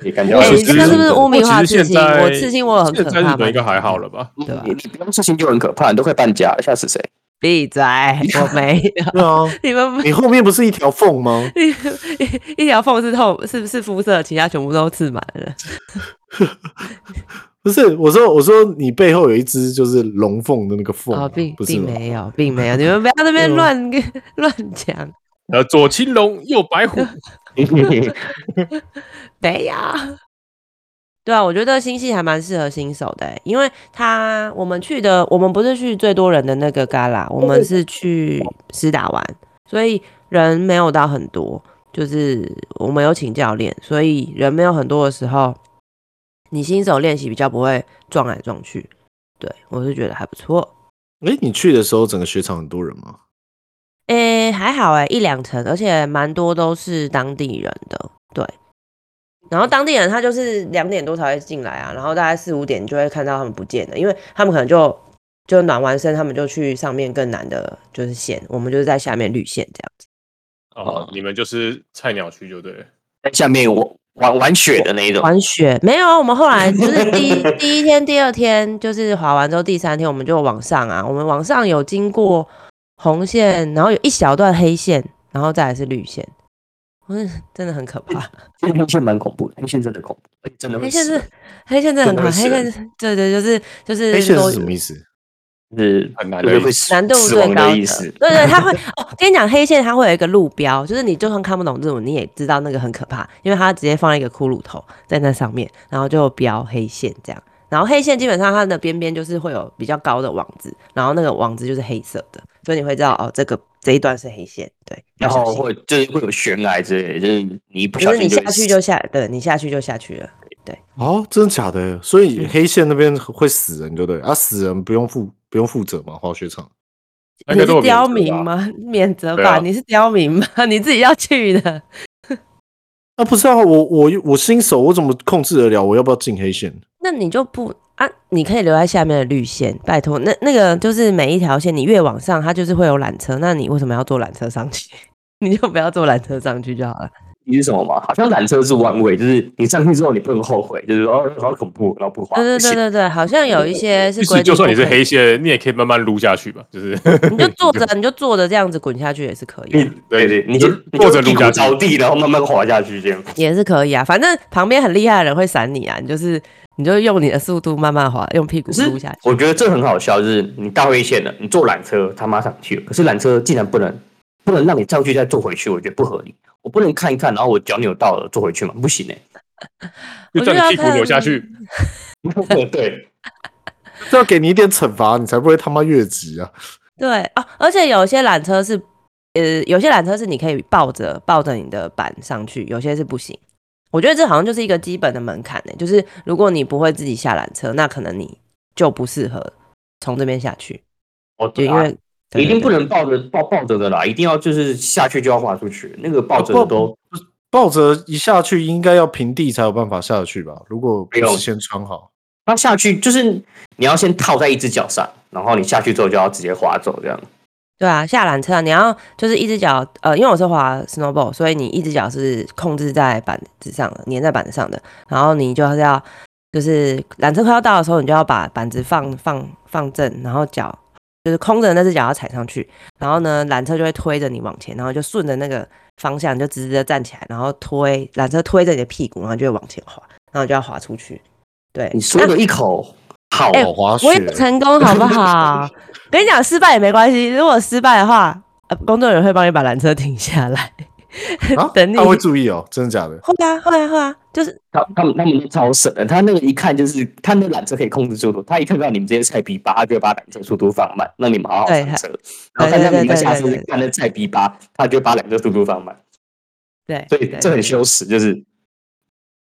[SPEAKER 1] 也感觉
[SPEAKER 2] 哎、
[SPEAKER 1] 好像
[SPEAKER 4] 其
[SPEAKER 2] 这
[SPEAKER 4] 实
[SPEAKER 2] 个是不
[SPEAKER 4] 日
[SPEAKER 2] 是
[SPEAKER 4] 本
[SPEAKER 2] 污名
[SPEAKER 3] 不过
[SPEAKER 2] 化
[SPEAKER 3] 其实现
[SPEAKER 2] 啊刺青？
[SPEAKER 3] 在
[SPEAKER 2] 我刺青我有很
[SPEAKER 3] 现
[SPEAKER 2] 可
[SPEAKER 3] 在
[SPEAKER 2] 怕
[SPEAKER 3] 日
[SPEAKER 2] 吗
[SPEAKER 3] 本应该还好了吧？
[SPEAKER 2] 对吧
[SPEAKER 1] 你你不用事情就很可怕，你都快半价了，吓死谁？
[SPEAKER 2] 闭 嘴，我没有，
[SPEAKER 4] 对啊，
[SPEAKER 2] 你们不
[SPEAKER 4] 你后面不是一条缝吗？
[SPEAKER 2] 一 一一条缝是透，是是肤色，其他全部都刺满了。
[SPEAKER 4] 不是，我说我说你背后有一只就是龙凤的那个缝
[SPEAKER 2] 哦，
[SPEAKER 4] 啊，
[SPEAKER 2] 并
[SPEAKER 4] 不是
[SPEAKER 2] 并
[SPEAKER 4] 吗
[SPEAKER 2] 没有，并没有， 你们不要在那边
[SPEAKER 4] 对啊
[SPEAKER 2] 乱跟 乱讲，
[SPEAKER 3] 呃，左青龙，右白 虎，
[SPEAKER 2] 没有。对啊，我觉得新戏还蛮适合新手的欸、因为他我们去的，我们不是去最多人的那个旮旯，我们是去施打玩，所以人没有到很多，就是我们有请教练，所以人没有很多的时候，你新手练习比较不会撞来撞去。对我是觉得还不错。
[SPEAKER 4] 哎，你去的时候整个雪场很多人吗？
[SPEAKER 2] 诶、还好诶、一两层，而且蛮多都是当地人的，对。然后当地人他就是两点多才会进来啊，然后大概四五点就会看到他们不见了，因为他们可能就就暖完身，他们就去上面更难的就是线，我们就是在下面绿线这样子。
[SPEAKER 3] 哦，你们就是菜鸟区就对了。
[SPEAKER 1] 在下面我玩玩雪的那一种，
[SPEAKER 2] 玩雪没有啊，我们后来就是第一第一天、第二天就是滑完之后，第三天我们就往上啊，我们往上有经过红线，然后有一小段黑线，然后再来是绿线，嗯，真的很可怕。
[SPEAKER 1] 这条线蛮恐怖的，黑线真的恐怖，而且真的
[SPEAKER 2] 黑
[SPEAKER 1] 会
[SPEAKER 2] 线
[SPEAKER 1] 死
[SPEAKER 2] 哎是黑线真的很
[SPEAKER 1] 真的
[SPEAKER 2] 难，
[SPEAKER 1] 会死
[SPEAKER 2] 黑线是对对，就是就是
[SPEAKER 4] 黑线
[SPEAKER 2] 都
[SPEAKER 4] 是什么意思？
[SPEAKER 1] 是
[SPEAKER 3] 很难
[SPEAKER 1] 就
[SPEAKER 3] 的
[SPEAKER 1] 是
[SPEAKER 3] 意
[SPEAKER 1] 会
[SPEAKER 3] 思
[SPEAKER 1] 死
[SPEAKER 2] 难度
[SPEAKER 1] 死
[SPEAKER 2] 最
[SPEAKER 1] 亡
[SPEAKER 2] 高
[SPEAKER 1] 的
[SPEAKER 2] 的
[SPEAKER 1] 意思。
[SPEAKER 2] 对对，它会哦，跟你讲，黑线它会有一个路标，就是你就算看不懂日文，你也知道那个很可怕，因为它直接放一个骷髅头在那上面，然后就标黑线这样。然后黑线基本上它的边边就是会有比较高的网子，然后那个网子就是黑色的，所以你会知道哦，这个这一段是黑线，对，要
[SPEAKER 1] 然
[SPEAKER 2] 小
[SPEAKER 1] 后
[SPEAKER 2] 心
[SPEAKER 1] 会就是会有悬崖之类的，就是你一不
[SPEAKER 2] 就
[SPEAKER 1] 小
[SPEAKER 2] 是
[SPEAKER 1] 心
[SPEAKER 2] 你
[SPEAKER 1] 就
[SPEAKER 2] 下
[SPEAKER 1] 会
[SPEAKER 2] 去
[SPEAKER 1] 死
[SPEAKER 2] 就下，对你下去就下去了。
[SPEAKER 4] 哦，真的假的？所以
[SPEAKER 2] 嗯
[SPEAKER 4] 黑线那边会死人，对不对？啊，死人不用负不用负责嘛，滑雪场。
[SPEAKER 3] 那
[SPEAKER 2] 你
[SPEAKER 3] 个都
[SPEAKER 2] 是
[SPEAKER 3] 有免责
[SPEAKER 2] 刁
[SPEAKER 3] 吧
[SPEAKER 2] 民吗？ 免责
[SPEAKER 3] 对
[SPEAKER 2] 吧，
[SPEAKER 3] 啊
[SPEAKER 2] 你是刁民吗？ 你自己要去的。
[SPEAKER 4] 啊，不是啊，我我我新手，我怎么控制得了？我要不要进黑线？
[SPEAKER 2] 那你就不啊？你可以留在下面的绿线，拜托。那那个就是每一条线，你越往上，它就是会有缆车。那你为什么要坐缆车上去？ 你就不要坐缆车上去就好了。
[SPEAKER 1] 你是什么吗？好像缆车是弯位，就是你上去之后你不能后悔，就是说哦好恐怖，然后不滑。
[SPEAKER 2] 对对对对对，好像有一些是
[SPEAKER 3] 其
[SPEAKER 2] 规
[SPEAKER 3] 实
[SPEAKER 2] 定，
[SPEAKER 3] 就算你是，黑线，你也可以慢慢撸下去吧，就是
[SPEAKER 2] 你就坐着，你就坐着这样子滚下去也是可以啊、
[SPEAKER 1] 你对对，你就
[SPEAKER 3] 就是
[SPEAKER 1] 你
[SPEAKER 3] 坐
[SPEAKER 1] 就
[SPEAKER 3] 着
[SPEAKER 1] 屁
[SPEAKER 3] 路
[SPEAKER 1] 股
[SPEAKER 3] 下去
[SPEAKER 1] 着地，然后慢慢滑下去这样。
[SPEAKER 2] 也是可以啊。反正旁边很厉害的人会闪你啊，你就是你就用你的速度慢慢滑，用屁股
[SPEAKER 1] 可是
[SPEAKER 2] 撸下去。
[SPEAKER 1] 我觉得这很好笑，就是你大灰线了，你坐缆车他妈上去了，可是缆车竟然不能不能让你上去再坐回去，我觉得不合理。我不能看一看，然后我脚扭到了坐回去嘛，不行哎、
[SPEAKER 3] 就叫
[SPEAKER 2] 啊
[SPEAKER 3] 你屁股扭下去。
[SPEAKER 2] 嗯
[SPEAKER 1] 对，
[SPEAKER 4] 这要给你一点惩罚，你才不会他妈越级啊！
[SPEAKER 2] 对啊，而且有些缆车是，呃，有些缆车是你可以抱着抱着你的板上去，有些是不行。我觉得这好像就是一个基本的门槛呢、就是如果你不会自己下缆车，那可能你就不适合从这边下去，
[SPEAKER 1] 我
[SPEAKER 2] 就
[SPEAKER 1] 对
[SPEAKER 2] 因
[SPEAKER 1] 啊
[SPEAKER 2] 为对
[SPEAKER 1] 一定不
[SPEAKER 2] 对
[SPEAKER 1] 能抱着抱抱着的啦，一定要就是下去就要滑出去，那个抱着的都
[SPEAKER 4] 抱着一下去，应该要平地才有办法下得去吧？如果不
[SPEAKER 1] 没有
[SPEAKER 4] 是先穿好，
[SPEAKER 1] 它下去就是你要先套在一只脚上，然后你下去之后就要直接滑走这样。
[SPEAKER 2] 对啊，下缆车你要就是一只脚，呃，因为我是滑 snowboard，所以你一只脚是控制在板子上的，粘在板子上的，然后你就是要就是缆车快要到的时候，你就要把板子放放放正，然后脚就是空着那只脚要踩上去，然后呢，缆车就会推着你往前，然后就顺着那个方向你就直直的站起来，然后推缆车推着你的屁股，然后就会往前滑，然后就要滑出去。对，
[SPEAKER 1] 你说的一口好，
[SPEAKER 2] 哎
[SPEAKER 4] 好滑雪
[SPEAKER 2] 我也不成功，好不好？跟你讲，失败也没关系。如果失败的话，呃，工作人员会帮你把缆车停下来。
[SPEAKER 4] 啊，
[SPEAKER 2] 等你
[SPEAKER 4] 他会注意哦，真的假 的？
[SPEAKER 2] 会啊，会啊，会啊，就是
[SPEAKER 1] 他他们他们都超省的，他那个一看就是他那缆车可以控制速度，他一看到你们这些菜逼吧，他就会把缆车速度放慢，让你们好好上车。然后看到你们下车
[SPEAKER 2] 对对对对对
[SPEAKER 1] 看那菜逼吧，他就把缆车速度放慢，
[SPEAKER 2] 对，
[SPEAKER 1] 所以
[SPEAKER 2] 对
[SPEAKER 1] 这很羞耻，就是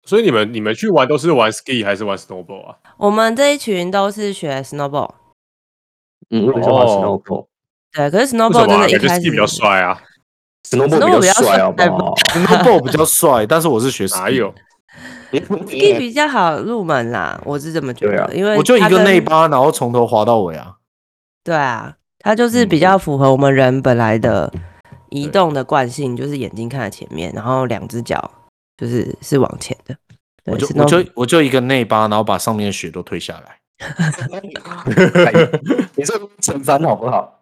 [SPEAKER 3] 所以你们你们去玩都是玩 ski 还是玩 snowboard 啊？
[SPEAKER 2] 我们这一群都是学 snowboard，
[SPEAKER 1] 嗯，为什么 snowboard
[SPEAKER 2] 对，可是
[SPEAKER 3] 为什么
[SPEAKER 2] snowboard 真
[SPEAKER 3] 啊？
[SPEAKER 2] 的一
[SPEAKER 3] 感觉
[SPEAKER 2] 开始
[SPEAKER 3] ski 比较帅啊？
[SPEAKER 1] snowboard 比较帅好不好？
[SPEAKER 4] snowboard 比较帅，但是我是学 ski
[SPEAKER 3] 哪 有？？
[SPEAKER 2] ski 比较好入门啦，我是这么觉
[SPEAKER 1] 对
[SPEAKER 2] 得，
[SPEAKER 1] 啊
[SPEAKER 2] 因为
[SPEAKER 4] 我就一
[SPEAKER 2] 它
[SPEAKER 4] 个
[SPEAKER 2] 跟
[SPEAKER 4] 内八，然后从头滑到尾啊！
[SPEAKER 2] 对啊，它就是比
[SPEAKER 4] 嗯
[SPEAKER 2] 较符合我们人本来的移
[SPEAKER 3] 对
[SPEAKER 2] 动的惯性，就是眼睛看着前面，然后两只脚就是是往前的。对
[SPEAKER 4] 我就
[SPEAKER 2] snowboard
[SPEAKER 4] 我就我就一个内八，然后 把上面的雪都推下来。
[SPEAKER 1] 你这陈帆好不好？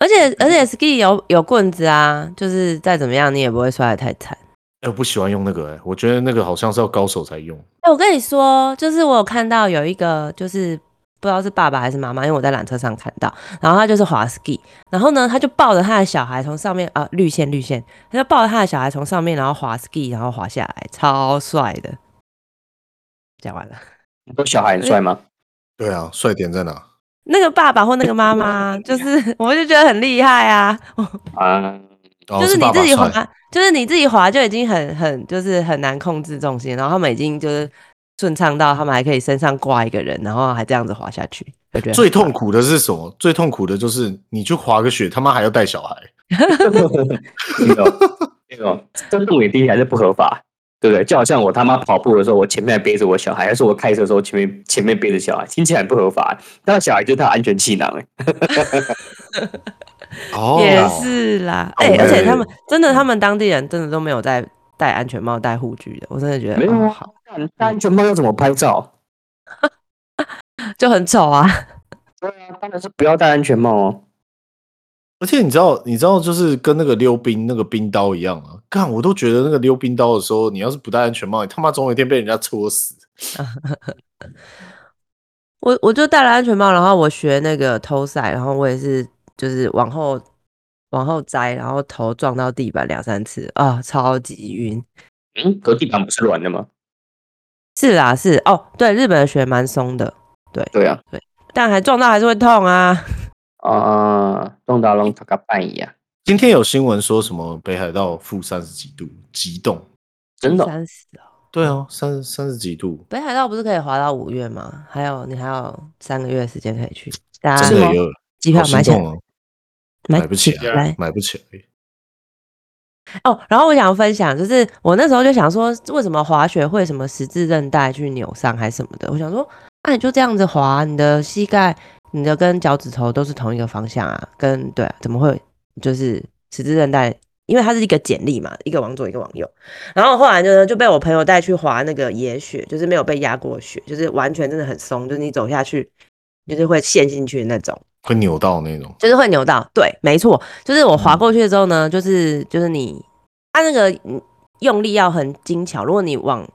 [SPEAKER 2] 而且而且 ski 有有棍子啊，就是再怎么样你也不会摔得太惨。
[SPEAKER 4] 哎，我不喜欢用那个、哎，我觉得那个好像是要高手才用。
[SPEAKER 2] 哎、我跟你说，就是我有看到有一个，就是不知道是爸爸还是妈妈，因为我在缆车上看到，然后他就是滑 ski，然后呢，他就抱着他的小孩从上面啊、绿线绿线，他就抱着他的小孩从上面，然后滑 ski，然后滑下来，超帅的。讲完了，
[SPEAKER 1] 说小孩很帅吗？
[SPEAKER 4] 对啊，帅点在哪？
[SPEAKER 2] 那个爸爸或那个妈妈，就是我就觉得很厉害啊，
[SPEAKER 1] 啊，
[SPEAKER 4] 哦、
[SPEAKER 2] 就是
[SPEAKER 4] 是
[SPEAKER 2] 你
[SPEAKER 4] 爸爸
[SPEAKER 2] 自己
[SPEAKER 4] 帅
[SPEAKER 2] 滑，就是你自己滑就已经很很就是很难控制重心，然后他们已经就是顺畅到他们还可以身上挂一个人，然后还这样子滑下去，我觉得
[SPEAKER 4] 最痛苦的是什么？最痛苦的就是你去滑个雪，他妈还要带小孩。
[SPEAKER 1] 那个那个，这动野地还是不合法，对不对？就好像我他妈跑步的时候，我前面还背着我小孩，还是我开车的时候前面前面背着小孩，听起来很不合法。那小孩就是他的安全气囊、欸，
[SPEAKER 4] 哦
[SPEAKER 2] 也是啦，
[SPEAKER 4] 哦
[SPEAKER 2] 哎、而且他
[SPEAKER 4] 对
[SPEAKER 2] 们真的，他们当地人真的都没有在戴安全帽、戴护具的，我真的觉得
[SPEAKER 1] 没有
[SPEAKER 2] 哦
[SPEAKER 1] 啊
[SPEAKER 2] 好，
[SPEAKER 1] 那你戴安全帽要怎么拍照？
[SPEAKER 2] 就很丑啊。
[SPEAKER 1] 对啊，当然是不要戴安全帽哦。
[SPEAKER 4] 而且你知道，你知道，就是跟那个溜冰那个冰刀一样啊！干，我都觉得那个溜冰刀的时候，你要是不戴安全帽，你他妈总有一天被人家戳死。
[SPEAKER 2] 我我就戴了安全帽，然后我学那个偷赛，然后我也是就是往后往后摘，然后头撞到地板两三次啊、超级晕。
[SPEAKER 1] 嗯，可地板不是软的吗？
[SPEAKER 2] 是啦，是哦，对，日本的雪蛮松的，
[SPEAKER 1] 对啊，
[SPEAKER 2] 但还撞到还是会痛啊。
[SPEAKER 1] 啊，弄到弄他个半啊一样，
[SPEAKER 4] 今天有新闻说什么北海道负三十几度，极冻。
[SPEAKER 1] 真的哦
[SPEAKER 2] 三十哦，
[SPEAKER 4] 对啊，三十三十几度，
[SPEAKER 2] 北海道不是可以滑到五月吗？还有你还有三个月的时间可以去，大
[SPEAKER 4] 真
[SPEAKER 2] 家
[SPEAKER 4] 的有
[SPEAKER 2] 机
[SPEAKER 4] 好
[SPEAKER 2] 票
[SPEAKER 4] 心
[SPEAKER 2] 买起来
[SPEAKER 4] 动，哦，
[SPEAKER 2] 买
[SPEAKER 4] 买不起啊来，
[SPEAKER 2] 来
[SPEAKER 4] 买不起来。
[SPEAKER 2] 哦。然后我想分享，就是我那时候就想说，为什么滑雪会什么十字韧带去扭伤还是什么的？我想说，那、你就这样子滑，你的膝盖、你的跟脚趾头都是同一个方向啊，跟对啊，怎么会就是十字韧带？因为它是一个剪力嘛，一个往左，一个往右。然后后来呢，就被我朋友带去滑那个野雪，就是没有被压过雪，就是完全真的很松，就是你走下去就是会陷进去的那种。
[SPEAKER 4] 会扭到那种。
[SPEAKER 2] 就是会扭到。对，没错，就是我滑过去之后呢，就是就是你它那个嗯用力要很精巧，如果你往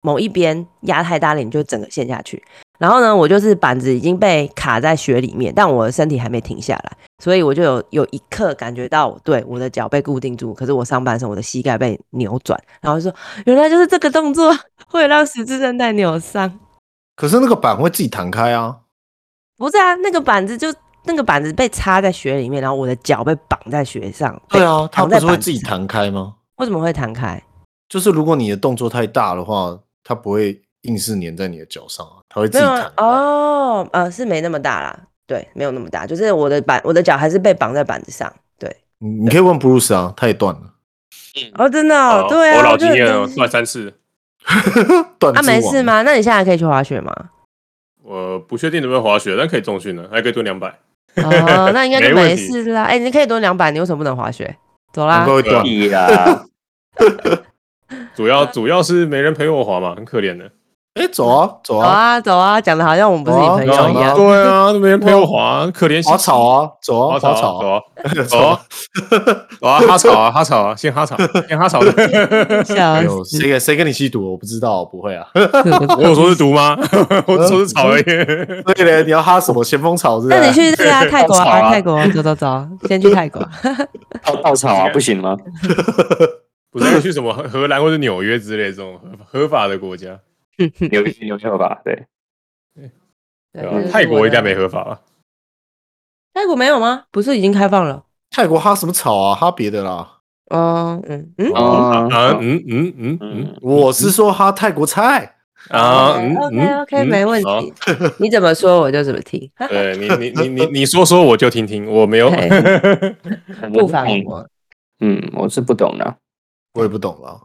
[SPEAKER 2] 某一边压太大力，你就整个陷下去。然后呢，我就是板子已经被卡在雪里面，但我的身体还没停下来，所以我就有有一刻感觉到，对我的脚被固定住，可是我上半身我的膝盖被扭转，然后就说原来就是这个动作 会让十字韧带扭伤。
[SPEAKER 4] 可是那个板会自己弹开啊！
[SPEAKER 2] 不是啊，那个板子就那个板子被插在雪里面，然后我的脚被绑在雪上。
[SPEAKER 4] 对啊，它
[SPEAKER 2] 绑
[SPEAKER 4] 不
[SPEAKER 2] 在
[SPEAKER 4] 是会
[SPEAKER 2] 板
[SPEAKER 4] 自己
[SPEAKER 2] 子
[SPEAKER 4] 弹开吗？
[SPEAKER 2] 为什么会弹开？
[SPEAKER 4] 就是如果你的动作太大的话，它不会硬是粘在你的脚上啊，它会自
[SPEAKER 2] 没
[SPEAKER 4] 己
[SPEAKER 2] 有
[SPEAKER 4] 弹
[SPEAKER 2] 啊
[SPEAKER 4] 开。
[SPEAKER 2] 哦，呃，是没那么大啦，对，没有那么大，就是我的板，我的脚还是被绑在板子上，对，
[SPEAKER 4] 你你可以问 Bruce 啊，他也断了，
[SPEAKER 2] 哦，真的、哦，对啊，
[SPEAKER 3] 我老
[SPEAKER 2] 就
[SPEAKER 3] 经
[SPEAKER 2] 很
[SPEAKER 3] 验
[SPEAKER 2] 担
[SPEAKER 3] 了，
[SPEAKER 2] 心
[SPEAKER 3] 断三次。
[SPEAKER 4] 断
[SPEAKER 2] 啊，
[SPEAKER 4] 之
[SPEAKER 2] 没
[SPEAKER 4] 王
[SPEAKER 2] 事？吗？那你现在可以去滑 雪吗？
[SPEAKER 3] 我不确定能不能滑雪，但可以重训了，还可以蹲两百。
[SPEAKER 2] 哦，那应该就
[SPEAKER 3] 没
[SPEAKER 2] 没
[SPEAKER 3] 问题
[SPEAKER 2] 事啦。哎、你可以多两百，你为什么不能滑雪？走啦
[SPEAKER 4] 难怪，会断。
[SPEAKER 1] 屁啦！
[SPEAKER 3] 主
[SPEAKER 2] 啊
[SPEAKER 3] 要主要是没人陪我滑嘛，很可怜的。
[SPEAKER 4] 哎，走啊，走
[SPEAKER 2] 走
[SPEAKER 4] 啊，
[SPEAKER 2] 啊，走啊，讲的好像我们不是你
[SPEAKER 4] 走啊
[SPEAKER 2] 朋
[SPEAKER 4] 走
[SPEAKER 2] 友一
[SPEAKER 4] 啊
[SPEAKER 2] 样。
[SPEAKER 3] 对啊，都没人陪我滑，很可怜。
[SPEAKER 4] 滑草，啊，走啊，
[SPEAKER 3] 滑
[SPEAKER 4] 滑
[SPEAKER 3] 草啊，
[SPEAKER 4] 草
[SPEAKER 3] 走
[SPEAKER 4] 啊，
[SPEAKER 3] 啊， 走 啊，走啊，哈草 啊，哈草啊，先哈草，先哈 草的。
[SPEAKER 4] 哎
[SPEAKER 2] 笑
[SPEAKER 4] 呦，
[SPEAKER 2] 死！
[SPEAKER 4] 谁跟谁跟你吸毒？我不知道，不会啊。
[SPEAKER 3] 我有说是毒吗？ 我只说是草而已。
[SPEAKER 4] 对嘞，你要哈什么咸丰草是不
[SPEAKER 2] 那
[SPEAKER 4] 是？
[SPEAKER 2] 你去那个啊泰 国
[SPEAKER 1] 好吵
[SPEAKER 2] 啊，
[SPEAKER 1] 啊
[SPEAKER 2] 泰国，走走走，先去泰国。啊
[SPEAKER 1] 稻稻草啊，不行吗？
[SPEAKER 3] 不是去什么荷荷兰或者纽约之类这种合合法的国家，
[SPEAKER 1] 牛逼牛逼吧？对，
[SPEAKER 2] 对
[SPEAKER 3] 对
[SPEAKER 2] 这就
[SPEAKER 3] 吧
[SPEAKER 2] 是
[SPEAKER 3] 泰
[SPEAKER 2] 我
[SPEAKER 3] 国
[SPEAKER 2] 的
[SPEAKER 3] 应该没合法吧？
[SPEAKER 2] 泰国没有吗？不是已经开放了？
[SPEAKER 4] 泰国哈什么草啊？哈别的啦。
[SPEAKER 2] 哦，嗯嗯，
[SPEAKER 3] 啊
[SPEAKER 1] 哦
[SPEAKER 3] 啊嗯嗯嗯嗯
[SPEAKER 1] 嗯，
[SPEAKER 4] 我是说哈泰国菜，
[SPEAKER 3] 啊嗯
[SPEAKER 2] OK
[SPEAKER 3] 嗯
[SPEAKER 2] OK，
[SPEAKER 3] 嗯
[SPEAKER 2] 哦没问
[SPEAKER 3] 好
[SPEAKER 2] 题。你怎么说我就怎么听，
[SPEAKER 3] 对你你你你你说说我就听听，我没 有。
[SPEAKER 2] 嘿不妨我。
[SPEAKER 1] 嗯，我是不懂的。
[SPEAKER 4] 我也不懂啦。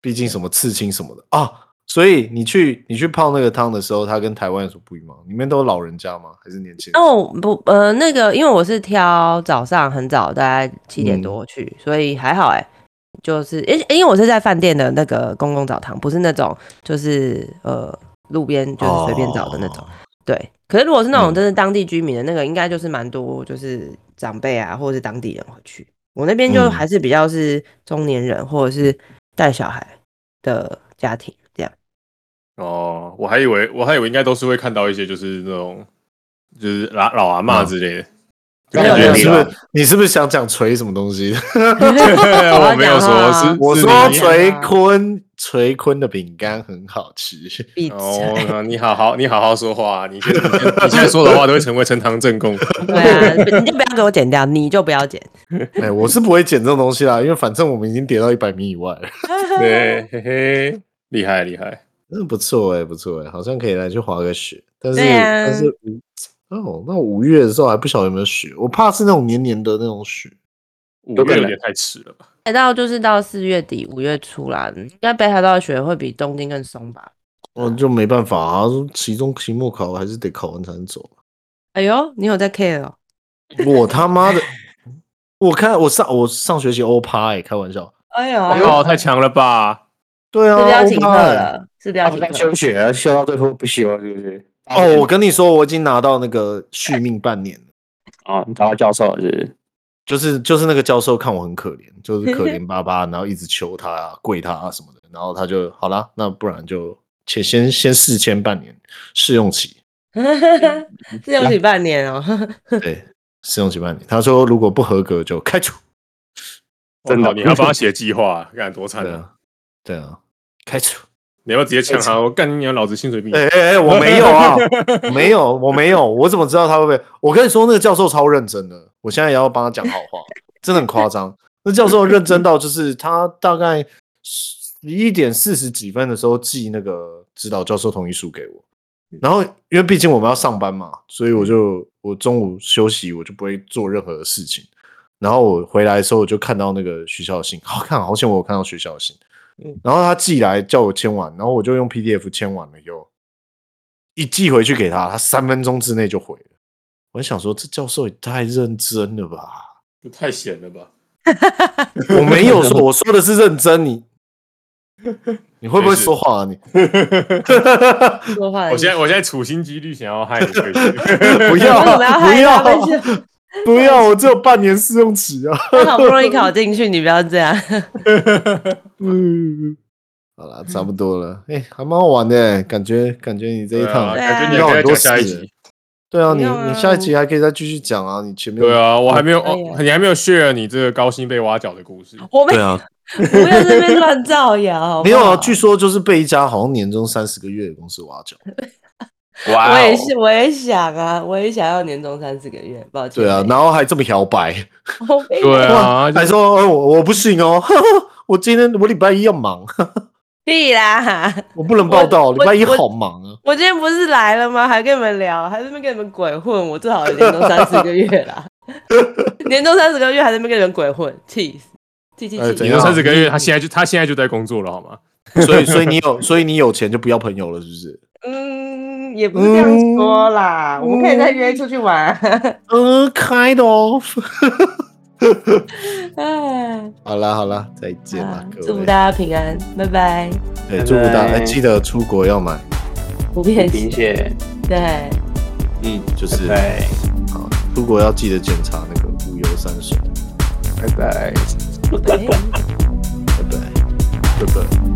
[SPEAKER 4] 毕竟什么刺青什么的啊，所以你去你去泡那个汤的时候，它跟台湾有什么不一样吗？里面都有老人家吗？还是年轻人？
[SPEAKER 2] 哦，不，呃，那个，因为我是挑早上很早，大概七点
[SPEAKER 4] 嗯
[SPEAKER 2] 多去，所以还好哎、就是，因因为我是在饭店的那个公共澡堂，不是那种就是呃路边就是随便找的那种，
[SPEAKER 4] 哦。
[SPEAKER 2] 对，可是如果是那种
[SPEAKER 3] 嗯
[SPEAKER 2] 真的当地居民的那个，应该就是蛮多就是长辈啊，或者是当地人会去。我那边就
[SPEAKER 3] 嗯
[SPEAKER 2] 还是比较是中年人或者是带小孩的家庭这样。
[SPEAKER 3] 哦，我还以为我还以为应该都是会看到一些就是那种就是老老阿
[SPEAKER 4] 嗯
[SPEAKER 3] 嬷之类的，就感
[SPEAKER 1] 没有
[SPEAKER 3] 觉
[SPEAKER 1] 没
[SPEAKER 4] 你
[SPEAKER 3] 你
[SPEAKER 4] 是
[SPEAKER 1] 有
[SPEAKER 4] 不是你是不是想讲锤什么东西？
[SPEAKER 3] 我没有
[SPEAKER 2] 讲
[SPEAKER 3] 说
[SPEAKER 2] 话
[SPEAKER 3] 是
[SPEAKER 4] 我
[SPEAKER 3] 是
[SPEAKER 4] 说
[SPEAKER 3] 你
[SPEAKER 4] 锤坤，锤坤的饼干很好吃。
[SPEAKER 2] 闭
[SPEAKER 3] 哦
[SPEAKER 2] 嘴！，
[SPEAKER 3] 那你好好，你好好说话、啊你现在你现在说的话都会成为呈堂证供。
[SPEAKER 2] 对啊，你就不要给我剪掉，你就不要剪。
[SPEAKER 4] 哎，我是不会剪这种东西啦，因为反正我们已经跌到一百米以外了。
[SPEAKER 3] 对，嘿嘿，厉害厉害。
[SPEAKER 4] 嗯，不错哎、不错哎、好像可以来去滑个雪。但是、
[SPEAKER 2] 对啊
[SPEAKER 4] 但是五哦，那五月的时候还不晓得有没有雪，我怕是那种黏黏的那种雪。
[SPEAKER 3] 五
[SPEAKER 1] 有可
[SPEAKER 3] 月有
[SPEAKER 1] 能
[SPEAKER 3] 点太迟了吧？
[SPEAKER 2] 哎到就是到四月底五月初啦，应该北海道的雪会比东京更松吧？
[SPEAKER 4] 哦，就没办法啊，期中、期末考还是得考完才能走。
[SPEAKER 2] 哎呦，你有在 care 哦？
[SPEAKER 4] 我他 妈的，我看我上我上学期欧趴哎，开玩笑。
[SPEAKER 2] 哎呦，
[SPEAKER 3] 哇、哦，太强了吧！
[SPEAKER 4] 对啊，
[SPEAKER 2] 是不是要
[SPEAKER 4] 欧
[SPEAKER 2] 请客
[SPEAKER 4] 趴欸。
[SPEAKER 2] 了？是不是
[SPEAKER 1] 他
[SPEAKER 2] 要
[SPEAKER 1] 不
[SPEAKER 2] 请
[SPEAKER 1] 在
[SPEAKER 2] 客
[SPEAKER 1] 哦休？学，休到最后不休，对不对？
[SPEAKER 4] 哦，我跟你说，我已经拿到那个续命半年了，
[SPEAKER 1] 啊，你找到教授是不是
[SPEAKER 4] 就是就是那个教授看我很可怜，就是可怜巴巴，然后一直求他、啊、跪他啊什么的，然后他就好啦，那不然就先先先试签半年试用期，
[SPEAKER 2] 是要请半年哦。
[SPEAKER 4] 对，试用期半年。他说如果不合格就开除。
[SPEAKER 1] 真的
[SPEAKER 3] 哦哇你还要帮他写计划，干多惨
[SPEAKER 4] 对
[SPEAKER 3] 啊！
[SPEAKER 4] 啊，对啊，开除。
[SPEAKER 3] 你要不要直接呛他，我干你娘，老子薪水比你
[SPEAKER 4] 哎哎哎，我没有啊，我没有，我没有，我怎么知道他会不会？我跟你说，那个教授超认真的，我现在也要帮他讲好话，真的很夸张。那教授认真到，就是他大概十一点四十几分的时候寄那个指导教授同意书给我，然后因为毕竟我们要上班嘛，所以我就我中午休息，我就不会做任何的事情。然后我回来的时候，我就看到那个学校的信，好看，好险我有看到学校的信。然后他寄来叫我签完，然后我就用 PDF 签完了以后，一寄回去给他，他三分钟之内就回了。我想说，这教授也太认真了吧？
[SPEAKER 3] 你太闲了吧？
[SPEAKER 4] 我没有 说，我说的是认真。你你会不会说话啊？ 你
[SPEAKER 2] 说话的
[SPEAKER 3] 我现
[SPEAKER 2] 意思，
[SPEAKER 3] 在我现在处心积虑想要 害你退学，
[SPEAKER 4] 不要
[SPEAKER 2] 为什么要
[SPEAKER 4] 啊不
[SPEAKER 2] 害
[SPEAKER 4] 要
[SPEAKER 2] 他
[SPEAKER 4] 啊
[SPEAKER 2] 们 去？
[SPEAKER 4] 不要！啊我只有半年试用期啊。
[SPEAKER 2] 他好不容易考进去，你不要这样。
[SPEAKER 4] 嗯，好了，差不多了。哎、还蛮好玩的、感觉感觉你这一
[SPEAKER 3] 对
[SPEAKER 4] 趟
[SPEAKER 3] 啊，感觉
[SPEAKER 2] 对
[SPEAKER 3] 你
[SPEAKER 2] 啊
[SPEAKER 3] 还可以再讲下一
[SPEAKER 4] 有很多
[SPEAKER 3] 集。
[SPEAKER 4] 对啊，
[SPEAKER 2] 不
[SPEAKER 4] 你
[SPEAKER 2] 用啊
[SPEAKER 4] 你下一集还可以再继续讲啊，你前面
[SPEAKER 3] 对啊，我还没有，
[SPEAKER 2] 哎
[SPEAKER 3] 哦，你还没有 share 你这个高薪被挖角的故事。
[SPEAKER 2] 我们
[SPEAKER 4] 啊，
[SPEAKER 2] 不要这边乱造谣，好不好
[SPEAKER 4] 没有啊，据说就是被一家好像年终三十个月的公司挖角。
[SPEAKER 3] 哇
[SPEAKER 2] 我
[SPEAKER 3] 哦
[SPEAKER 2] 也是，我也想啊，我也想要年终三四个月，抱歉。
[SPEAKER 4] 对啊，然后还这么摇摆，
[SPEAKER 2] 我没有
[SPEAKER 3] 对啊，就
[SPEAKER 4] 还
[SPEAKER 3] 是
[SPEAKER 4] 说呃我我不行哦， 我今天我礼拜一要忙，
[SPEAKER 2] 屁啦！
[SPEAKER 4] 我不能报道，
[SPEAKER 2] 我
[SPEAKER 4] 礼拜一
[SPEAKER 2] 我
[SPEAKER 4] 好忙啊。
[SPEAKER 2] 我今天不是来了吗？还跟你们聊，还在那边跟你们鬼混，我最好有年终三四个月 啦，年终三四个月还在那边跟你们鬼混，气死！气气
[SPEAKER 4] 哎怎
[SPEAKER 3] 啊
[SPEAKER 2] 气！
[SPEAKER 3] 你
[SPEAKER 4] 样
[SPEAKER 3] 说三十个月，他现在就他现在就在工作了，好吗？
[SPEAKER 4] 所以所以你有所以你有钱就不要朋友了，是不是？
[SPEAKER 2] 嗯，也不是这样说啦，
[SPEAKER 4] 嗯
[SPEAKER 2] 我们可以再约出去玩。
[SPEAKER 4] 呃，开的哦。
[SPEAKER 2] 哎，
[SPEAKER 4] 好啦好啦，再见啦
[SPEAKER 2] 啊，
[SPEAKER 4] 嗯各
[SPEAKER 2] 祝福
[SPEAKER 4] 位。
[SPEAKER 2] 大家平安，拜拜，
[SPEAKER 4] 对，祝福大家
[SPEAKER 1] 拜拜
[SPEAKER 4] 哎记得出国要买，
[SPEAKER 2] 不变
[SPEAKER 1] 贫
[SPEAKER 2] 形。
[SPEAKER 1] 血，
[SPEAKER 2] 对，
[SPEAKER 1] 嗯，
[SPEAKER 4] 就是
[SPEAKER 1] 拜
[SPEAKER 4] 好出国要记得检查那个无油山水。
[SPEAKER 1] 拜拜拜。
[SPEAKER 2] 哎
[SPEAKER 4] 拜拜，拜拜。